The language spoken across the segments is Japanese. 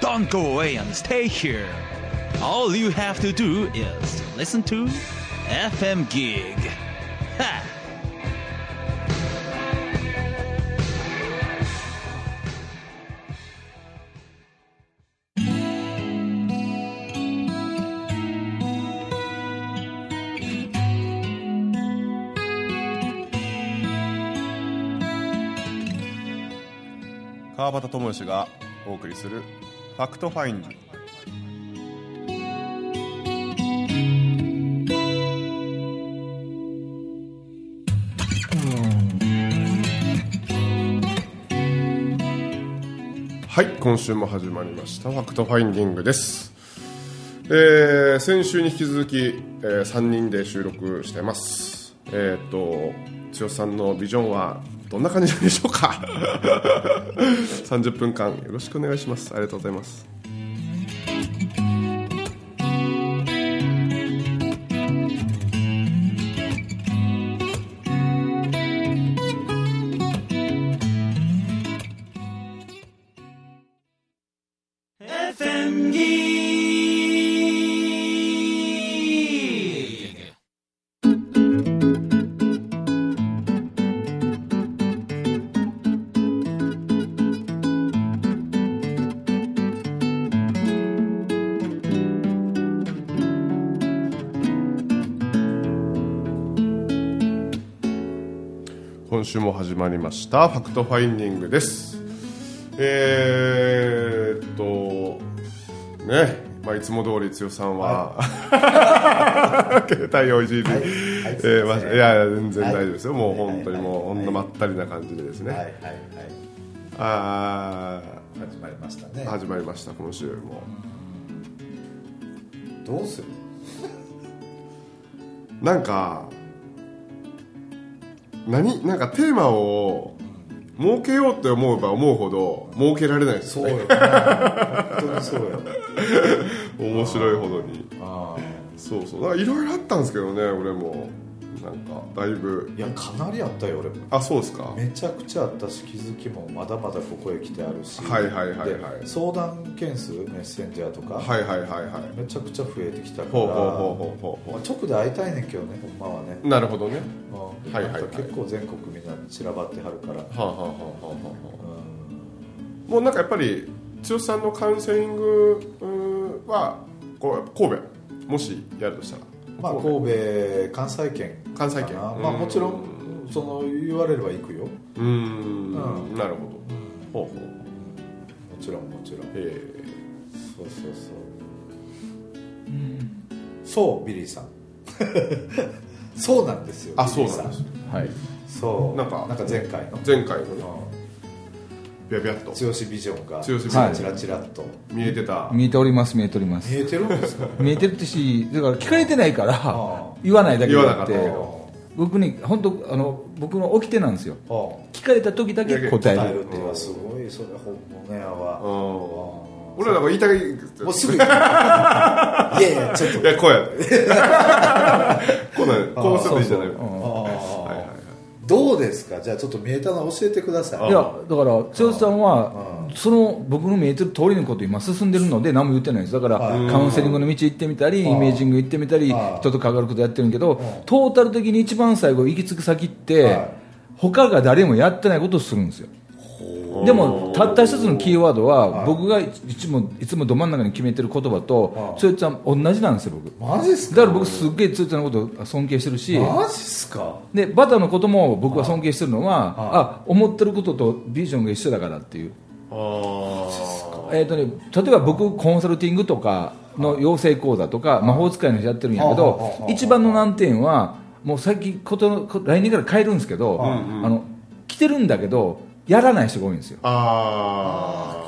Don't go away and stay here. All you have to do is to listen to FM Gig. Ha! 川端智義がお送りする「ファクトファインディ」はい今週も始まりました「ファクトファインディング」ですえー先週に引き続き、え3人で収録してますえっ、と剛さんのビジョンはどんな感じなんでしょうか 30分間よろしくお願いしますありがとうございます今週も始まりましたファクトファインディングですえー、っとねまあいつも通り剛さんは、 携帯をいじり、はいえーまあすいませんいやいや全然大丈夫ですよ、はいもう本当にもう、はいほんのまったりな感じでですね、はいはいはいあ始まりましたねあ始まりました今週もどうするなんか何なんかテーマを設けようって思えば思うほど設けられないですそようねよ 本当にそうよ面白いほどにああそうそうだからいろいろあったんですけどね俺もなんかだいぶいやかなりあったよ俺もあそうですかめちゃくちゃあったし気づきもまだまだここへ来てあるしはいはいはいはいで相談件数メッセンジャーとか、はいはいはいはいめちゃくちゃ増えてきたからほうほうほうほうまほあ直で会いたいねんけどねほんまはねうなるほどねうんはいはいはいなんか結構全国みんな散らばってはるから、はあはあはあはあはうんあもうなんかやっぱり剛さんのカウンセリングうーはこう神戸もしやるとしたらまあ、神戸関西圏関西圏かなまあ、うんもちろんその言われれば行くよもうーんうんなるほどほうほうちろんもちろんえそうそうそう、そうビリーさん そうなんですよあそうなんですビリーさんそうなんかなんか前回のー前回のうんねビャビャっと剛ビジョンが剛ビジョンチラチラチラっと見えてた見えております見えております見えてるんで すか見えてるってしだから聞かれてないからあ言わないだけであっ言わなてかっ僕に本当あの僕の起きてなんですようん聞かれた時だけ答伝ええるるっていうのはすごいそれ本物やわうんうん俺らなんか言いたいもうすぐ行く いやいやちょっといや、こうや で。こうなんやこうするといいじゃない。そうそううんああはいはいはいどうですかじゃあちょっと見えたの教えてくださいいやだから剛さんはその僕の見えてる通りのこと今進んでるので何も言ってないですだからはいカウンセリングの道行ってみたりああイメージング行ってみたりああ人と関わることやってるけどうんトータル的に一番最後行き着く先っはてい他が誰もやってないことをするんですよでもたった一つのキーワードは僕がいつもいつもど真ん中に決めてる言葉とああ剛さん同じなんですよ僕マジっすかだから僕すっげえ剛さんのことを尊敬してるしマジっすかでバターのことも僕が尊敬してるのはああ思ってることとビジョンが一緒だからっていう、あえーとね、例えば僕コンサルティングとかの養成講座とか魔法使いの人やってるんやけあああどあ一番の難点はもう最近ことのこ来年から変えるんですけどあの来てるんだけどやらない人が多いんですよあ。ああ。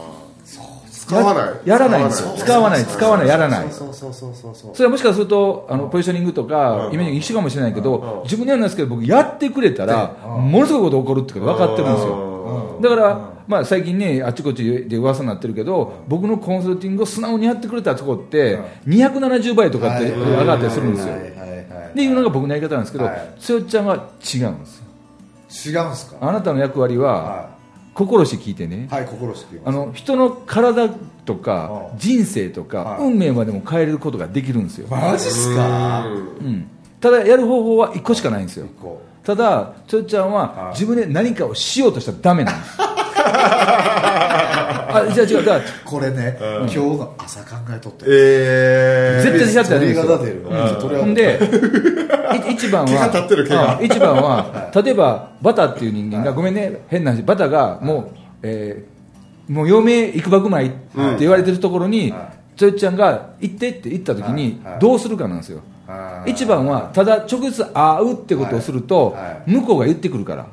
使わない。やらないんです使よわ使わない使わないやらないそうそうそうそうそうそれはもしかするとあのポジショニングとかイメージが一緒かもしれないけど自分でやるんですけど僕やってくれたらものすごいこと起こるってこと分かってるんですようんだから、まあ、最近ね、あちこちで噂になってるけど、僕のコンサルティングを素直にやってくれたとこって、270倍とかってはい上がったりするんですよ。はいっはいはいていうのが僕のやり方なんですけどはい、つよちゃんは違うんですよ。違うんすかあなたの役割は、は心して聞いてね、はい心してあの人の体とかうん人生とかはい運命までも変えることができるんですよ、マジっすかうん、ただやる方法は1個しかないんですよこただちょっちゃんははい自分で何かをしようとしたらダメなん ですあじゃあ違うだからうこれね、今日の朝考えとってえ絶対しちゃってないんです鳥よが出てる鳥がほんでい一 番毛がは立ってる毛があ一番は例えばバタっていう人間がごめんね変な話バタがもう、えーもう嫁行くばくまいって言われてるところに、はちょいちゃんが行ってって言った時にはいはいどうするかなんですよ、あー一番はただ直接会うってことをすると、はいは向こうが言ってくるから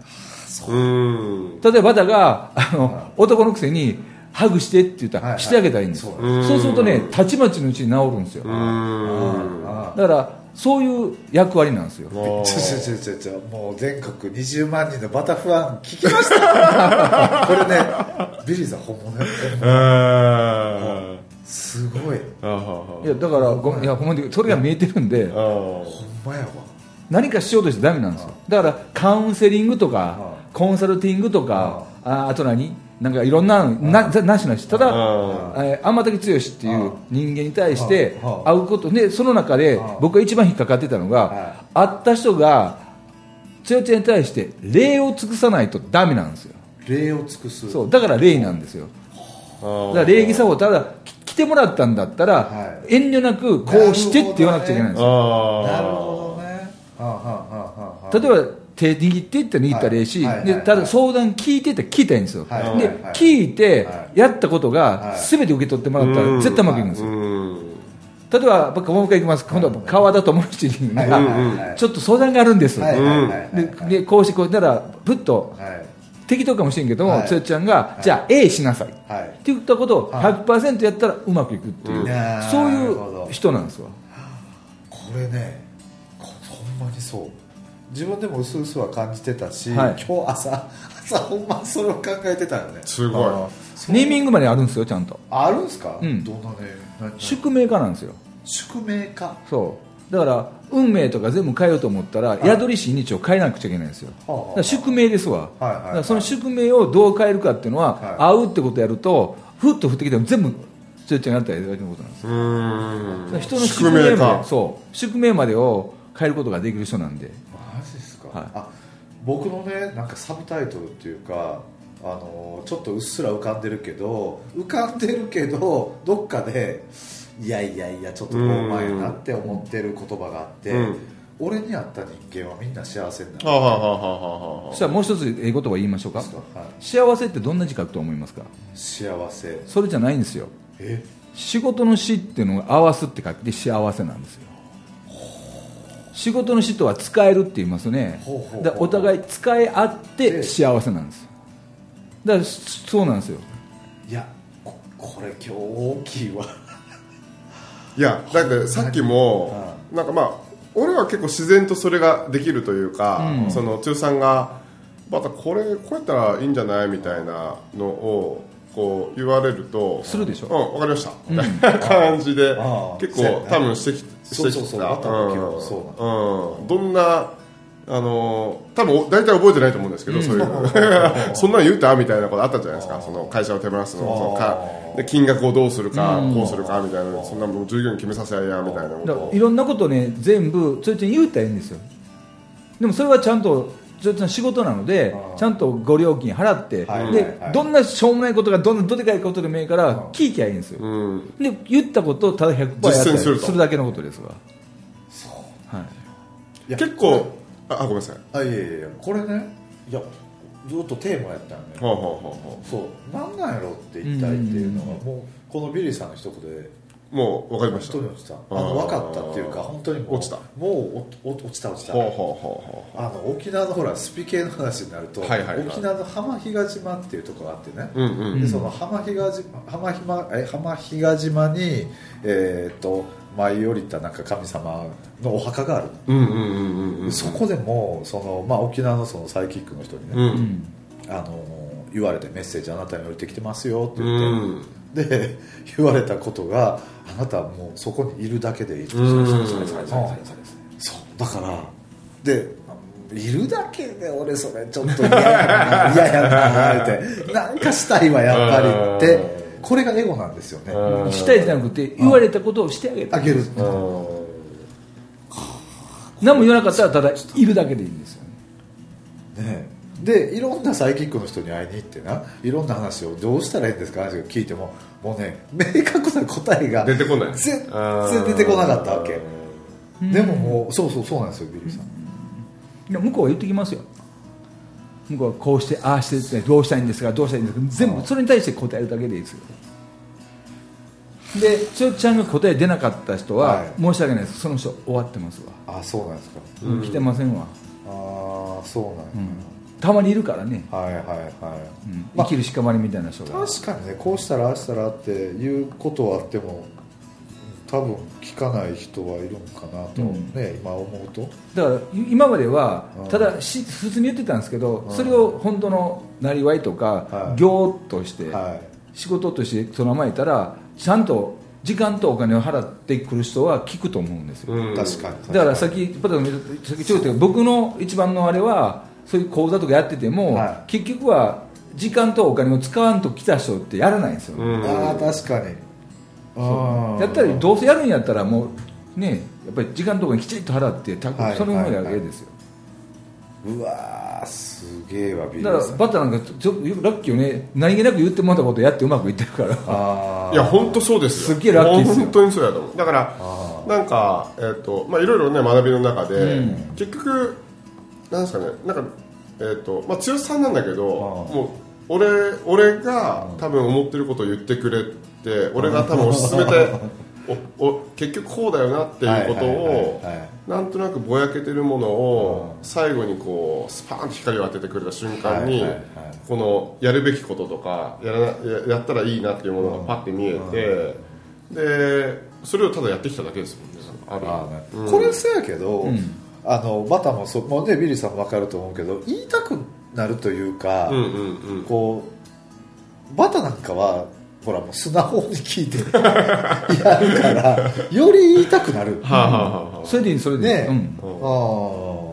うん例えばバタがあの、男のくせにハグしてって言ったら、はいはいしてあげたらいいんですよそうそうするとねたちまちのうちに治るんですようんあだからそういう役割なんですよーちょちょちょちょちょもう全国20万人のバタフラン聞きましたこ れねビリーさん本物やえーすごいあははいやだからごめんいやほんまにそれが見えてるんであーほんまやわ何かしようとしてダメなんですよだからカウンセリングとかあコンサルティングとかああと何なんかいろんなのなななしなしただあえー天竹剛っていう人間に対してああ会うことでその中であ僕が一番引っかかってたのが会った人が剛ちゃんに対して礼を尽くさないとダメなんですよ礼を尽くすそうだから礼なんですよーだから礼儀作法ただき来てもらったんだったら、は遠慮なくこうしてって言わなくちゃいけないんですよ、あーなるほどねはあはあはあはあ例えば手握ってって握ったらええし、はいはいではいただ相談聞いてって聞いたらいいんですよ、はいで、はいはい聞いてはやったことがはい全て受け取ってもらったうらん絶対うまくいくんですよ、うん例えば僕もう一回行きます今度は川田智一人が、はいはいはいちょっと相談があるんです、はいはいはいはいででこうしてこうならプッとはい適当かもしれんけども、はいつよちゃんが、じゃあ A しなさい、はいって言ったことをはい100%やったらうまくいくっていう、うんあーそうなるほどいう人なんですわこれねこほんまにそう自分でもうすうすは感じてたし、はい今日朝朝ほんまにそれを考えてたよねすごいあネーミングまであるんですよちゃんとあるんすか、うんどんなね何宿命家なんですよ宿命かそうだから運命とか全部変えようと思ったら、宿りし日を変えなくちゃいけないんですよ、はあはあだから宿命ですわ、はいはいはいだからその宿命をどう変えるかっていうのは、は会うってことやるとふっと降ってきても全部つよちゃんになったらやることなんですようんだから人の宿宿命命までかそう宿命までを変えることができる人なんでマジですか、はいあ僕のねなんかサブタイトルっていうかあのーちょっとうっすら浮かんでるけど浮かんでるけどどっかでいやいやいやちょっと傲慢やなって思ってる言葉があって、うん俺に会った人間はみんな幸せになるはあはあはあはあはあそしたらもう一つええ言葉言いましょうかですかはい幸せってどんな字書くと思いますか幸せそれじゃないんですよえ仕事の死っていうのが合わすって書いて幸せなんですよ仕事の死とは使えるって言いますよねほうほうほうだからお互い使い合ってで幸せなんですよだからそそうなんですよいやここれ今日大きいわ いやだってさっきもなんかまあ俺は結構自然とそれができるというか、うんその中さんがまたこれこうやったらいいんじゃないみたいなのをこう言われるとするでしょうんわかりました、みたいな感じでああ結そうや構な多分してきしてきたそうそうそうあった時はそううんうんどんなあの多分大体覚えてないと思うんですけど、そういう そんなん言うたみたいなことあったじゃないですかその会社を手放すのそのかで金額をどうするか、こうするかみたいなそんなもう従業員決めさせやいやみたいなことだからをいろんなことをね全部ちょいちょい言うたらいいんですよでもそれはちゃんとちょいちょい仕事なのでああちゃんとご料金払って、はいはいではいどんなしょうもないことがどんなどでかいことでもいいから聞きゃいいんですよ、うんで言ったことをただ100%やったり実践するとするだけのことですわそうはいいや結構ああごめんなさいあいやいやいやこれねいやずっとテーマやったんだほようほうほうほそうなんなんやろって一体っていうのがうんうもんうこのビリーさんの一言でうもうわかりま本した当ほうに落ちたあのあー分かったっていうか本当にもう落ちたもうおお落ちた落ちたほうほあの沖縄のほらスピ系の話になると、はいはいはい沖縄の浜比嘉島っていうところがあってね、うほううんうんでその浜比嘉島浜比嘉え浜比嘉島に、えー、と舞い降りたなんか神様のお墓があるの、うんうんうんうんうんそこでもその、まあ、沖縄のそのサイキックの人にうね、うんんあの言われてメッセージあなたに降りてきてますよってう言んって、で言われたことがあなたはもうそこにいるだけでいい、うんそうだからでいるだけで俺それちょっと嫌やな嫌やなってなんかしたいわやっぱりってこれがエゴなんですよねしたいじゃなくて言われたことをしてあげたあげる何も言わなかったらただいるだけでいいんですよねねでいろんなサイキックの人に会いに行ってないろんな話をどうしたらいいんですか話を聞いてももうね明確な答えが出てこない全あ然ー出てこなかったわけでももうそうそうそうなんですよビリーさんいや向こうは言ってきますよ向こうはこうしてああしてですねどうしたいんですかどうしたいんですか全部それに対して答えるだけでいいですよで千代ちゃんが答え出なかった人は、はい申し訳ないですその人終わってますわ、あそうなんですか来てませんわ、ああそうなんですねたまにいるからね、はいはいはい、うんま生あきる屍みたいな人が確かにねこうしたらああしたらっていうことはあっても多分聞かない人はいるんかなと、うんね今思うとだからい今まではうんただし普通に言ってたんですけどそれを本当のなりわいとはかい業としては仕事としてそのままいたらちゃんと時間とお金を払ってくる人は聞くと思うんですようんい確かにだからさっきパタのさっきちょっと言ったけど僕の一番のあれはそういう講座とかやってても、は結局は時間とお金を使わんと来た人ってやらないんですよ、うんああ確かにああやったらどうせやるんやったらもうねやっぱり時間とかにきちっと払ってたはいそのままやけですよ、うわーすげえわビリだからーさんバッターなんかちょっとよくラッキーをね何気なく言ってもらったことやってうまくいって るからあいや本当そうですよすっげえラッキーっすよ本当にそうやと思うだからなんかえっ、とまあいろいろね学びの中で、うん結局なんですかねなんかえっ、とまあ剛さんなんだけどあーもう俺俺が多分思ってることを言ってくれて俺が多分推し進めておお結局こうだよなっていうことをはいはいはいはいなんとなくぼやけてるものをう最後にこうスパーンと光を当ててくれた瞬間にはいはいはいこのやるべきこととかやらなややったらいいなっていうものがパッて見えてでそれをただやってきただけですもんねあるあーうんこれそうやけど、んあのバタもそもうねビリーさんも分かると思うけど言いたくなるというか、うんうんうんこうバタなんかはほらもう素直に聞いてやるからより言いたくなるあはあはあはあはそれでいいそれでいい、ねえうあんうん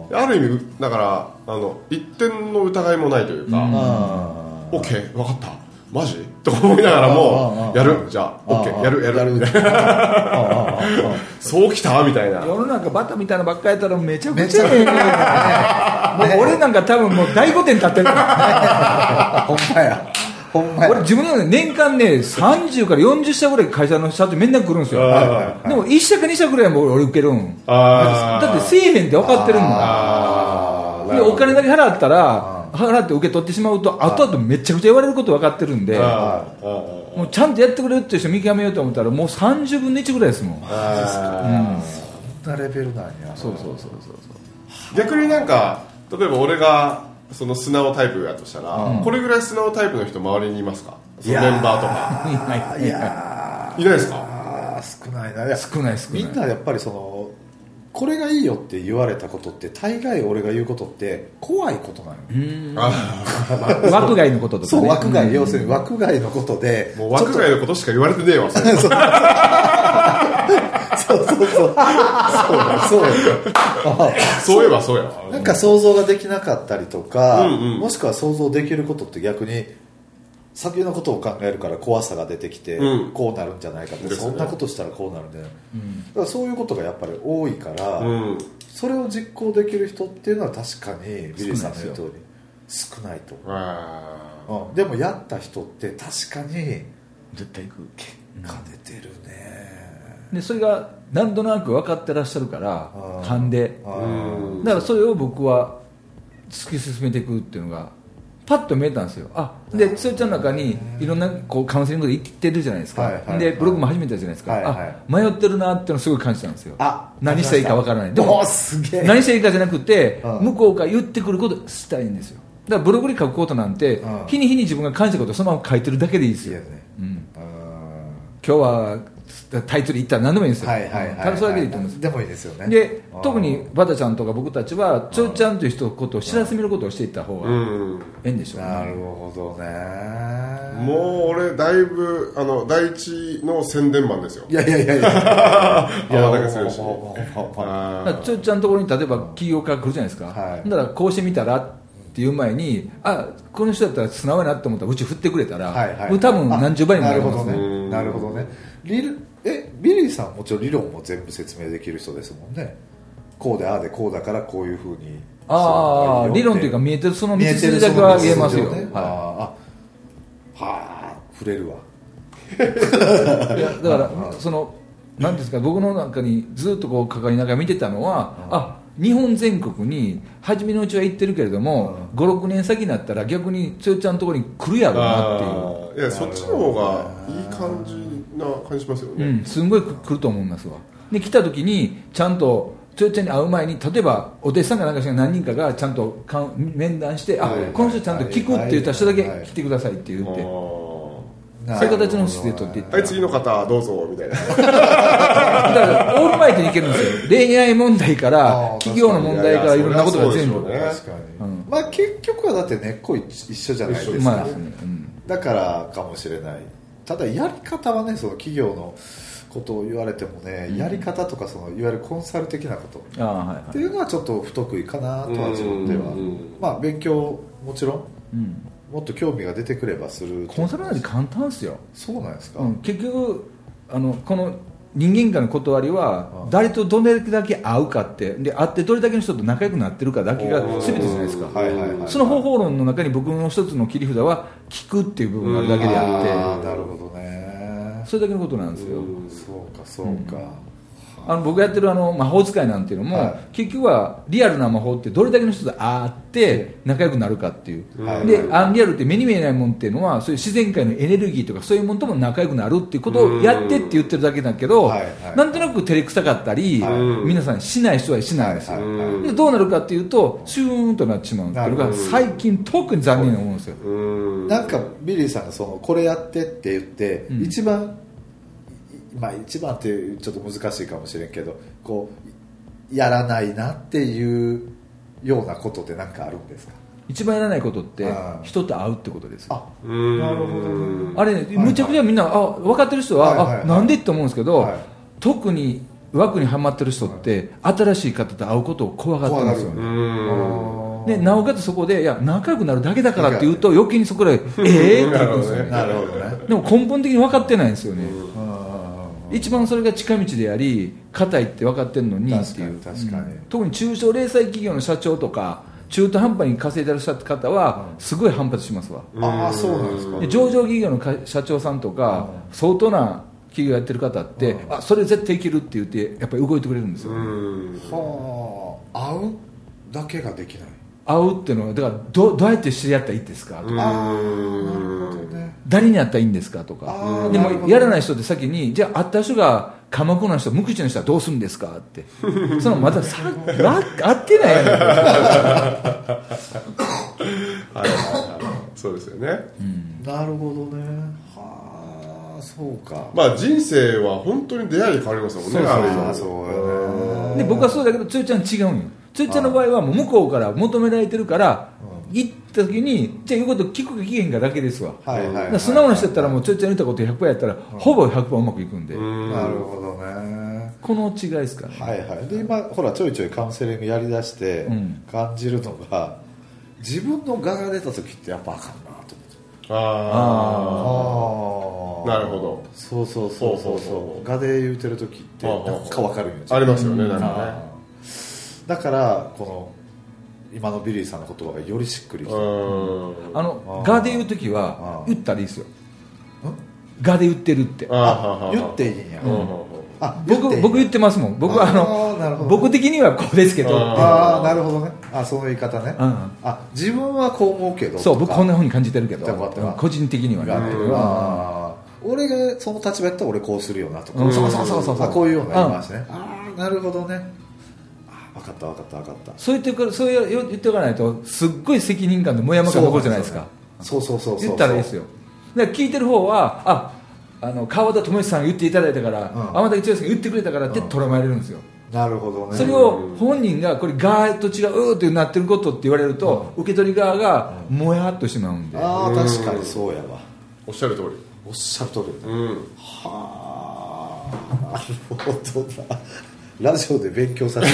ーある意味だからあの一点の疑いもないというか、うんあー OK 分かったマジと思いながらもあーやあーるじゃあ OK やるやるみたいなあーあーあそうきたみたいな世の中バタみたいなばっかりやったらめちゃくめちちゃゃええもう俺なんか多分もう大御殿立ってるーほんまやほんまや俺自分でもね年間ね30から40社ぐらい会社の社長みんな来るんですよあーでも1社か2社ぐらいはもう俺受けるんあーだってせえへんって分かってるもんあーでお金だけ払ったらあ払って受け取ってしまうと後々めちゃくちゃ言われること分かってるんであーあーもうちゃんとやってくれるっていう人見極めようと思ったらもう30分の1ぐらいですもんあそんなレベルなんやそうそうそうそうー逆になんか例えば俺がその素直タイプやとしたら、これぐらい素直タイプの人周りにいますかそのいやメーンバーとかいないやいないですかーあー少ないないや少ない少ないみんなやっぱりそのこれがいいよって言われたことって大概俺が言うことって怖いことなのようんあ枠外のこととかねそう枠外要するに枠外のことでーもう枠外のことしか言われてねえわそ れそうそうそうそうだそうだそういえばそうやわなんか想像ができなかったりとか、うんうんもしくは想像できることって逆に先のことを考えるから怖さが出てきて、うんこうなるんじゃないかって、ですねそんなことしたらこうなるんじゃない、だからそういうことがやっぱり多いから、うんそれを実行できる人っていうのは確かにビリーさんの言う通り少ないと思あう、うんでもやった人って確かに絶対行く結果出てるね、でそれが何となく分かってらっしゃるからあー勘であーうんだからそれを僕は突き進めていくっていうのがパッと見えたんですよあでそれちゃんの中にいろんなこうカウンセリングで行ってるじゃないですか、はいはいはいでブログも始めたじゃないですか、はいはいあ迷ってるなっていうのをすごい感じたんですよあ何したらいいか分からないででももすげえ何していいかじゃなくてうん向こうから言ってくることしたいんですよだからブログに書くことなんてうん日に日に自分が感じたことをそのまま書いてるだけでいいですいやよ、ねうん、うん今日はタイトル言ったら何でもいいんですよ、はいはいはいはいただそれだけで言ってますでもいいですよねであー特にバタちゃんとか僕たちはちょいちゃんという人のことを知らせみることをしていった方うがんええんでしょうね、なるほどねもう俺だいぶあの第一の宣伝マンですよいやいやいやいやいやなんかするしほほほほほあだからちょいちゃんのところに例えば企業家来るじゃないですか、はいだからこうしてみたらっていう前にあこの人だったら素直やなと思ったらうち振ってくれたら、はいはいもう多分何十倍にもななるりほまどすねねなるほどね理論えビリーさんもちろん理論も全部説明できる人ですもんねこうでああでこうだからこういうふうにああ理論というか見えてるその道筋だけは言えますよ、ははあはあ触れるわい、いやだからそのなんですか僕の中にずっとこう抱えながら見てたのは、あ日本全国に初めのうちは行ってるけれども、56年先になったら逆につよちゃんのところに来るやろうなっていあいうやそっちの方がいい感じな感じしますようね、ん、すんごいく来ると思いますわで来た時にちゃんとちょいちゃんに会う前に例えばお弟子さんかなんかしら何人かがちゃんとかん面談して、はいあこの人ちゃんと聞くって言った人だけはいはい来てくださいって言っなて、そうるいほうど形の姿勢を取っていったはい次の方どうぞみたいなだからオールマイトにいけるんですよ恋愛問題かあーら企業の問題からいろんなことが全い部やいや確かに、まあ結局はだって根っこ一一緒じゃないですか一緒まあですね、うんだからかもしれないただやり方はねその企業のことを言われてもね、やり方とかそのいわゆるコンサル的なことあーはいはっいていうのはちょっと不得意かなとは自分ではうんうんまあ勉強もちろんうん、もっと興味が出てくればするコンサルなんて簡単ですよそうなんですか、うん、結局あのこの人間間の断りは誰とどれだけ会うかってで会ってどれだけの人と仲良くなってるかだけが全てじゃないですか、はいはいはいその方法論の中に僕の一つの切り札は聞くっていう部分があるだけでああーっなるほどねてそれだけのことなんですよそうかそうか、あの僕がやってるあの魔法使いなんていうのも、は結局はリアルな魔法ってどれだけの人と会って仲良くなるかっていう、はいでアンリアルって目に見えないもんっていうのはそういう自然界のエネルギーとかそういうものとも仲良くなるっていうことをやってって言ってるだけだけど、はいはいなんとなく照れくさかったり、はい皆さんしない人はしないんですよ、はいはいうんでどうなるかっていうとシューンとなってしまうっていうのなるが最近特に残念な思うんですよ、うんなんかビリーさんがそのこれやってって言って、ん一番まあ一番ってちょっと難しいかもしれんけどこうやらないなっていうようなことって何かあるんですか一番やらないことってあー人と会うってことですあうんなるほどねあれ、ね、むちゃくちゃみんな、あ分かってる人は、はいはいはいあなんでって思うんですけど、はい特に枠にはまってる人って、新しい方と会うことを怖がってますよ怖ね。うんでなおかつそこでいや仲良くなるだけだからって言うと余計にそこでええってな言るうほんですどよねね なるほどねでも根本的に分かってないんですよね、うん一番それが近道であり硬いって分かってるのにっていう確かに確かにうん特に中小零細企業の社長とか中途半端に稼いでらっしゃった方はすごい反発しますわ、ああそうなんですかで上場企業のか社長さんとか相当な企業やってる方ってあそれ絶対いけるって言ってやっぱり動いてくれるんですようんはあ会うだけができない会うっていうのはだからどどうやって知り合ったらいいですかとかああなるほどね誰に会ったらいいんですかとかあーでなるほもどやらない人って先にじゃあ会った人が鎌倉の人無口の人はどうするんですかって そのまたさら会ってないやんはいはいはいそうですよねなるほどねはあそうかまあ人生は本当に出会いで変わりますもんねある意味ああそうよねで僕はそうだけどつよちゃん違うんよつよちゃんの場合はもう向こうから求められてるから行った時にじゃあ言うこと聞くか聞けへんかだけですわはいはいはいだから素直な人やったらもうちょいちょい言ったこと100%やったらほぼ100%うまくいくんでなるほどねこの違いですかねはいはいで今ほらちょいちょいカウンセリングやりだしてうん感じるのが自分の我が出た時ってやっぱあかんなとあ思あってなるほどそうそうそほうそううほうほそうう我で言うてる時ってなんかわかるんよありますよねなんあかーだからこの今のビリーさんの言葉がよりしっくりきねてうんああのーガで言う時はあー言ったらいいですよガで言ってるってあ言っていいんや、あ僕僕言ってますもん僕はああーなるほのど僕的にはこうですけどっていうああなるほどねあその言い方ね、うんあ自分はこう思うけどそう僕こんななふうに感じてるけどとかとか個人的にはねあー俺がその立場やったら俺こうするよなとか、うんそうそうそうそうそあうこういうような言いうん回しね、ああなるほどねあ分かった分かった分かったそう言ってくるそう言っておかないとすっごい責任感でもやま感残るじゃないですかそうそうそうそう言ったらいいですよだから聞いてる方はああの川田智之さんが言っていただいたから、うん天竹剛さんが言ってくれたからってうん捉えられるんですよ、なるほどねそれを本人がこれガーッと違うってなってることって言われると、受け取り側がもやっとしてまうんで、ああ確かにそうやわおっしゃる通おっしゃる通りだりうんはあなるほどなラジオで勉強させて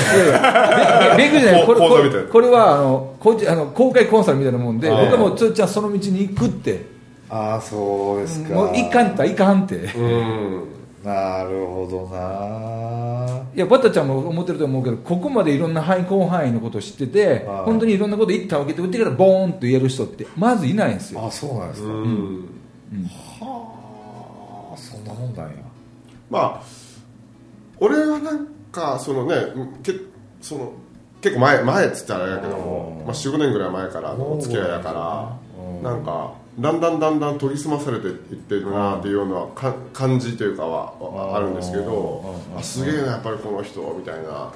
勉強じゃないここうれ講座みたいこれなこれはあのこうじあの公開コンサルみたいなもんであー僕はもうつーちゃんその道に行くってああそうですかもういかんたいかんって、いうんなるほどなやバタちゃんも思ってると思うけどここまでいろんな範囲広範囲のことを知っててあー本当にいろんなこと一旦受けて打ってからボーンと言える人ってまずいないんですよあそうなんですか、うんはあそんなもんなんやまあ俺はなんかそのねけその結構前前っつったらあれやけども、まあ、45年ぐらい前からのお付き合いだからなんかだんだんだんだん研ぎ澄まされていってるなっていうようなか感じというかはああるんですけどあすげえなやっぱりこの人みたいな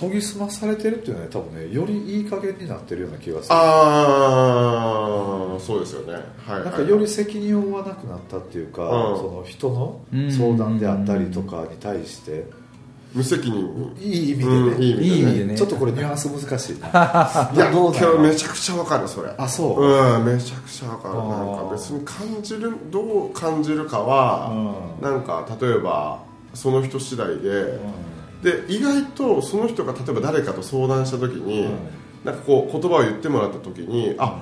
研ぎ澄まされてるっていうのは多分ねよりいい加減になってるような気がするああそうですよねはいなんかより責任を負わなくなったっていうか、うんその人のうん相談であったりとかに対して、無責任にいい意味でね、うんいい意味でねいい意味でねちょっとこれニュアンス難 しいないやど今うだ日ろうめちゃくちゃわかるそれあそう、うんめちゃくちゃわかるあなーんか別に感じるどう感じるかは、うなんんか例えばその人次第で、で意外とその人が例えば誰かと相談した時に、うんなんかこう言葉を言ってもらった時にあ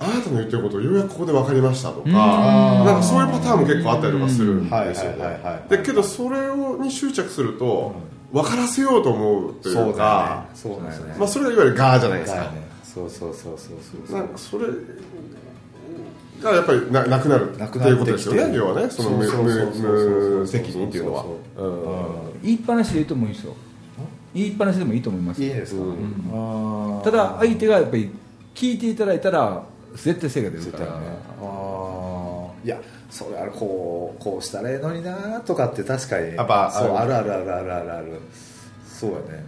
あなたの言ってることをようやくここで分かりましたとか,、なんかそういうパターンも結構あったりとかするんはいはいですよはいねはいでけどそれをに執着すると、分からせようと思うといそううだかよねそうだよねまあ、それがいわゆる「ガー」じゃないですだかよねそうそうそうそうそうなんかそれがやっぱりななくなるなくってないうっことてできすてよね要はねその無そうそうそうそう無無責任っていうのはそう言いっぱなしで言うともいいですよ言いっぱなしでもいいと思いますいいですか、うんあーただ相手がやっぱり聞いていただいたら絶対成果出る絶か対ねら、あーいやそれあれこうこうしたらええのになとかって確かにやっぱそうああるあるあるあるあるあるそうやね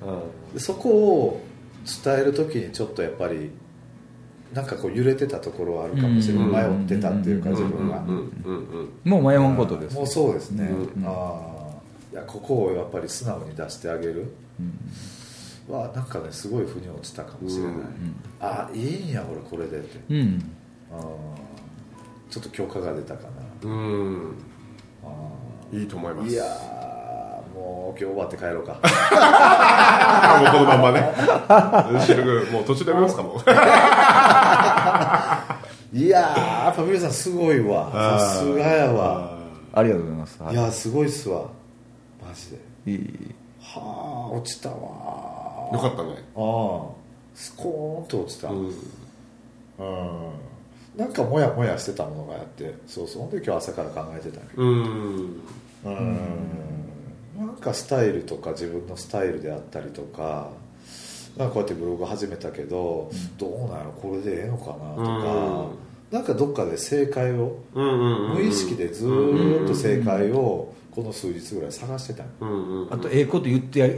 うんでそこを伝える時にちょっとやっぱりなんかこう揺れてたところはあるかもしれない、うん迷ってたっていうかうん自うん分が、うんうんもう迷わんことですもうそうですね、うああいやここをやっぱり素直に出してあげる、はなんかねすごい腑に落ちたかもしれない、うんああいいんや俺これでってうんあーちょっと許可が出たかなうんあいいと思いまーすいやーもう今日終わって帰ろうか あもうこのまんまね シルクもう途中でやめますかも ういやーやっぱ皆さんすごいわさすがやわありがとうございますはいいやーすごいっすわマジでいいはあ落ちたわよかったねああスコーンと落ちた、うんうんなんかモヤモヤしてたものがあってそうそうほんで今日朝から考えてたんやけうんどうんなんかスタイルとか自分のスタイルであったりとかなんかこうやってブログ始めたけど、どうなのこれでええのかなとか、なんかどっかで正解をうんうんうん無意識でずーっと正解をこの数日ぐらい探してたんようんうんあとええこと言ってや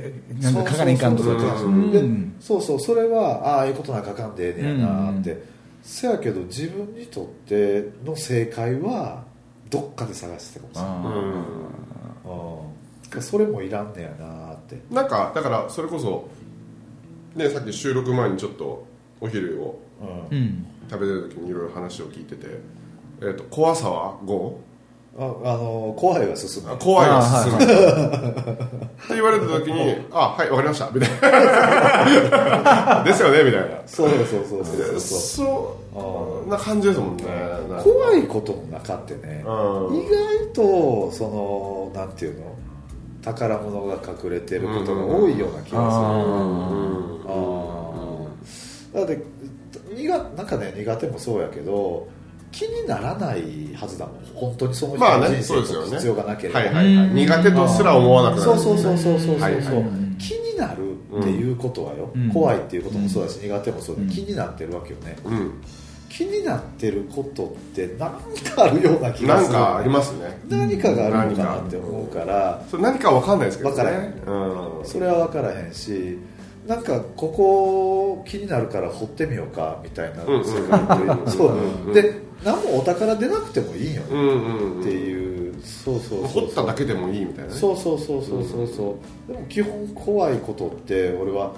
なんか書かねえかんとかそうっそうそうてやつそううでんそうそうそれはああいうことなんか書かんでええねやなーって、うんせやけど自分にとっての正解はどっかで探してたかもしれないうんあうんそれもいらんねやなーってなんかだからそれこそねさっき収録前にちょっとお昼をうんーうん食べてる時にいろいろ話を聞いてて、えー、と怖さは 5? ああのー後輩が進むあ怖いが進む、 って言われた時に「あはいわかりました」みたいな「 ですよね」みたいなそうそうそうそうそうそうそうな感じですもんねなんか怖いことの中ってねうん意外とそのなんていうの宝物が隠れてることが多いような気がする、うんああだって苦なんかね苦手もそうやけど気にならないはずだもん本当にその人まあのね人生そうですよとね必要がなければ、はいはいはいうん苦手とすら思わなくなるそうそうそうそうそうそうそう、はいはい気になるっていうことはよ、うん怖いっていうこともそうだし、苦手もそうだうん気になってるわけよねうん気になってることって何かあるような気がなんするかありますね何かがあるのかなって思うから、それ何かわかんないですけどねわからないうんそれは分からへんしなんかここ気になるから掘ってみようかみたいなうんうん世界といううんそうで何もお宝出なくてもいいようんうんうんっていうそうそうそ掘うっただけでもいいみたいなねそうそうそうそうそうそうでも基本怖いことって俺は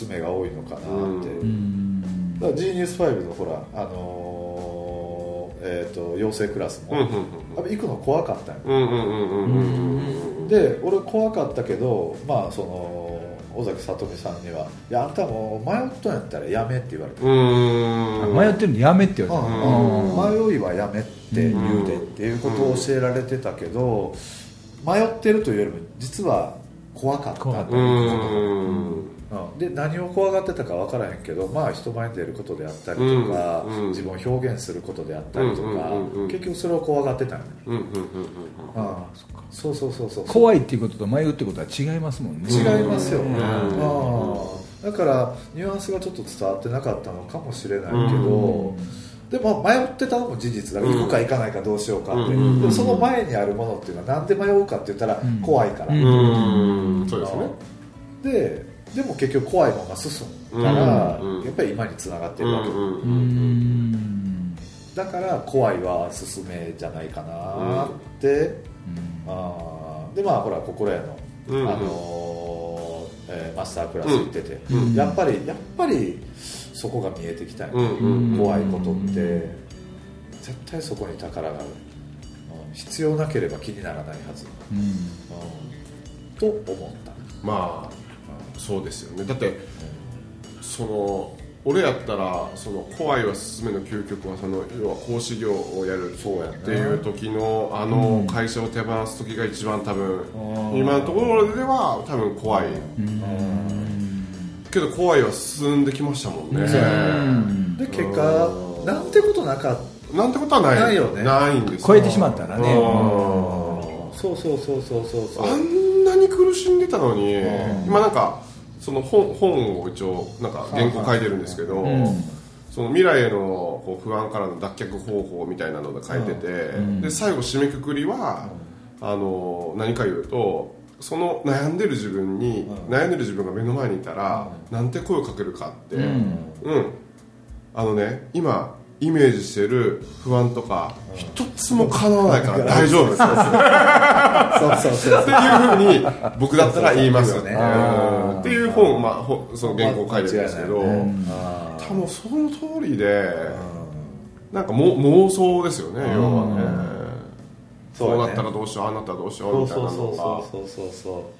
勧めが多いのかなって、ううんだから Genius5 のほらあのーえっ、と養成クラスも、うんうんあれ行くの怖かったんようんうんうんうんうんうんうんで俺怖かったけどまあその尾崎さとみさんには「いやあんたもう迷っとんやったらやめ」って言われて「うん迷ってるのやめって言われたうんうん迷いはやめ」って言うてっていうことを教えられてたけど迷ってるというよりも実は怖かった怖かったうーんうんで何を怖がってたか分からへんけど、まあ、人前に出ることであったりとか、うんうん自分を表現することであったりとうか、んうんうん結局それを怖がってたんよね、うんうんうんああそうそうそうそう怖いいっていうことと迷うってことは違いますもんね違いますよ、うんああだからニュアンスがちょっと伝わってなかったのかもしれないけど、でもまあ迷ってたのも事実だからうん行くか行かないかどうしようかって、うんうんうんでもその前にあるものっていうのは何で迷うかって言ったらうん怖いから、うんうんうんそうですねででも結局怖いものが進むから、うんうんやっぱり今につながってうるんわけ、うんううんんだから怖いは勧めじゃないかなって、あーでまあほら心屋の、うんうんあのーえーマスタークラス行ってて、うんやっぱりやっぱりそこが見えてきたよね、うんうん怖いことって、うん絶対そこに宝がある、うん必要なければ気にならないはず、うんうんと思った、まあそうですよねだってその俺やったらその怖いはすすめの究極はその要は講師業をやるそうやねっていう時のあの会社を手放す時が一番多分ん今のところでは多分怖いけど怖いは進んできましたもんねで結果うんなんてことなかったなんてことはないないよねないんですよ超えてしまったらねうんそうそうそうそうそうそうあんなに苦しんでたのに、うん今なんかその本本を一応なんか原稿書いてるんですけど、んその未来へのこう不安からの脱却方法みたいなので書いてて、んで最後締めくくりは、あの何か言うとその悩んでる自分に、うん悩んでる自分が目の前にいたら、なんて声をかけるかって、うんうん、あのね今イメージしてる不安とか一つも叶わないから大丈夫ですそうそうそうっていうふうに僕だったら言いますそうそうそううんっていう本,、まあ、ほその原稿を書いてるんですけど、間違いないねあ多分その通りでなんかも妄想ですよね要はねそうそやうねなったらどうしようああなったらどうしようそうみたいそなのうそうがそうそうそ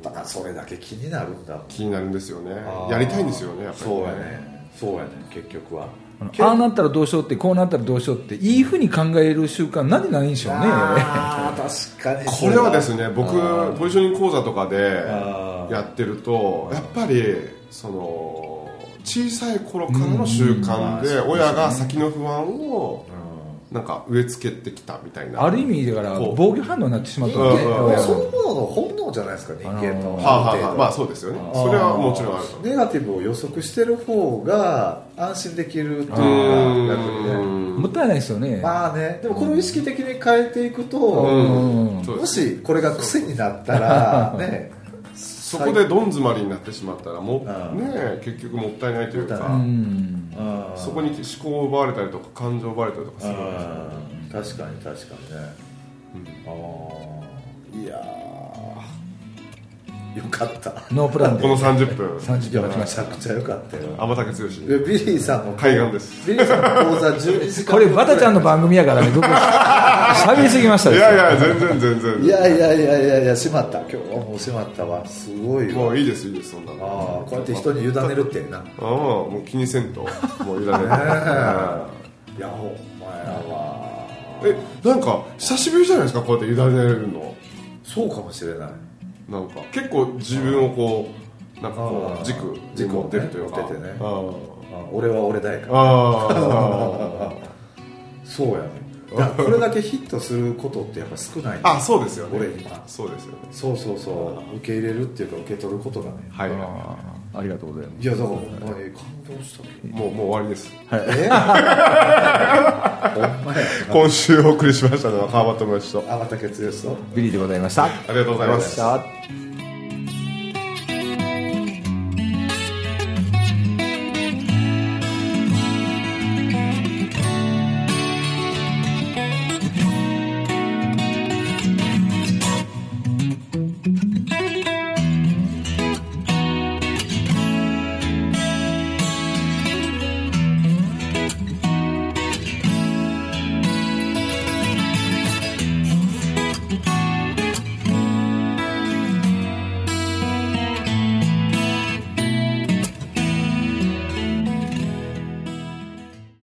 うだからそれだけ気になるんだ気になるんですよねあーやりたいんですよねやっぱりそうやねそうやね結局はああなったらどうしようってこうなったらどうしようっていいふうに考える習慣なんでないんでしょうねあー確かにこれはですね僕あーポジショニング講座とかであーやってるとやっぱりその小さい頃からの習慣でうん親が先の不安をうんなんか植え付けてきたみたいなある意味だからこう防御反応になってしまった人んでうん間そのものの本能じゃないですか人間のはあはあはあまああそうですよねあーそれはもちろんあるとネガティブを予測してる方が安心できるっていううのが逆にねもったいないですよねまあねでもこれを意識的に変えていくと、んうんそうでもすしこれが癖になっ たらねそこでどん詰まりになってしまったらもうあーね結局もったいないというもっかたうんそこに思考を奪われたりとか感情を奪われたりとかするんですようん確かに確かにね、ああいやーよかったノープランこでの30分30秒経ちまめしちゃくちゃよかったよ天竹剛でビリーさんの海岸ですビリーさんの講座12時た間これバタちゃんの番組やか らね僕喋りすぎましたいですよやいや全然全然いやいやいやいやいやしまった今日はもうしまったわすごいもわういいですいいですそんなのああこうやって人に委ねるってなああもう気にせん ともういらないやほんまやわえなんか久しぶりじゃないですかこうやって委ねられるのそうかもしれないなんか結構自分をこうなんかこあーう軸軸軸をねを持ってるというか持っててねあーあ俺は俺だいから あーそうやねだからこれだけヒットすることってやっぱ少ないあそうですよね俺今そうですよねそうそうそう受け入れるっていうか受け取ることがねはいあーありがとうございまいやだからほんまに感動したけどもうもう終わりです えほんまや今週お送りしましたのは川端智之と天竹剛とすビリーでございましたありありがとうございますがとうございました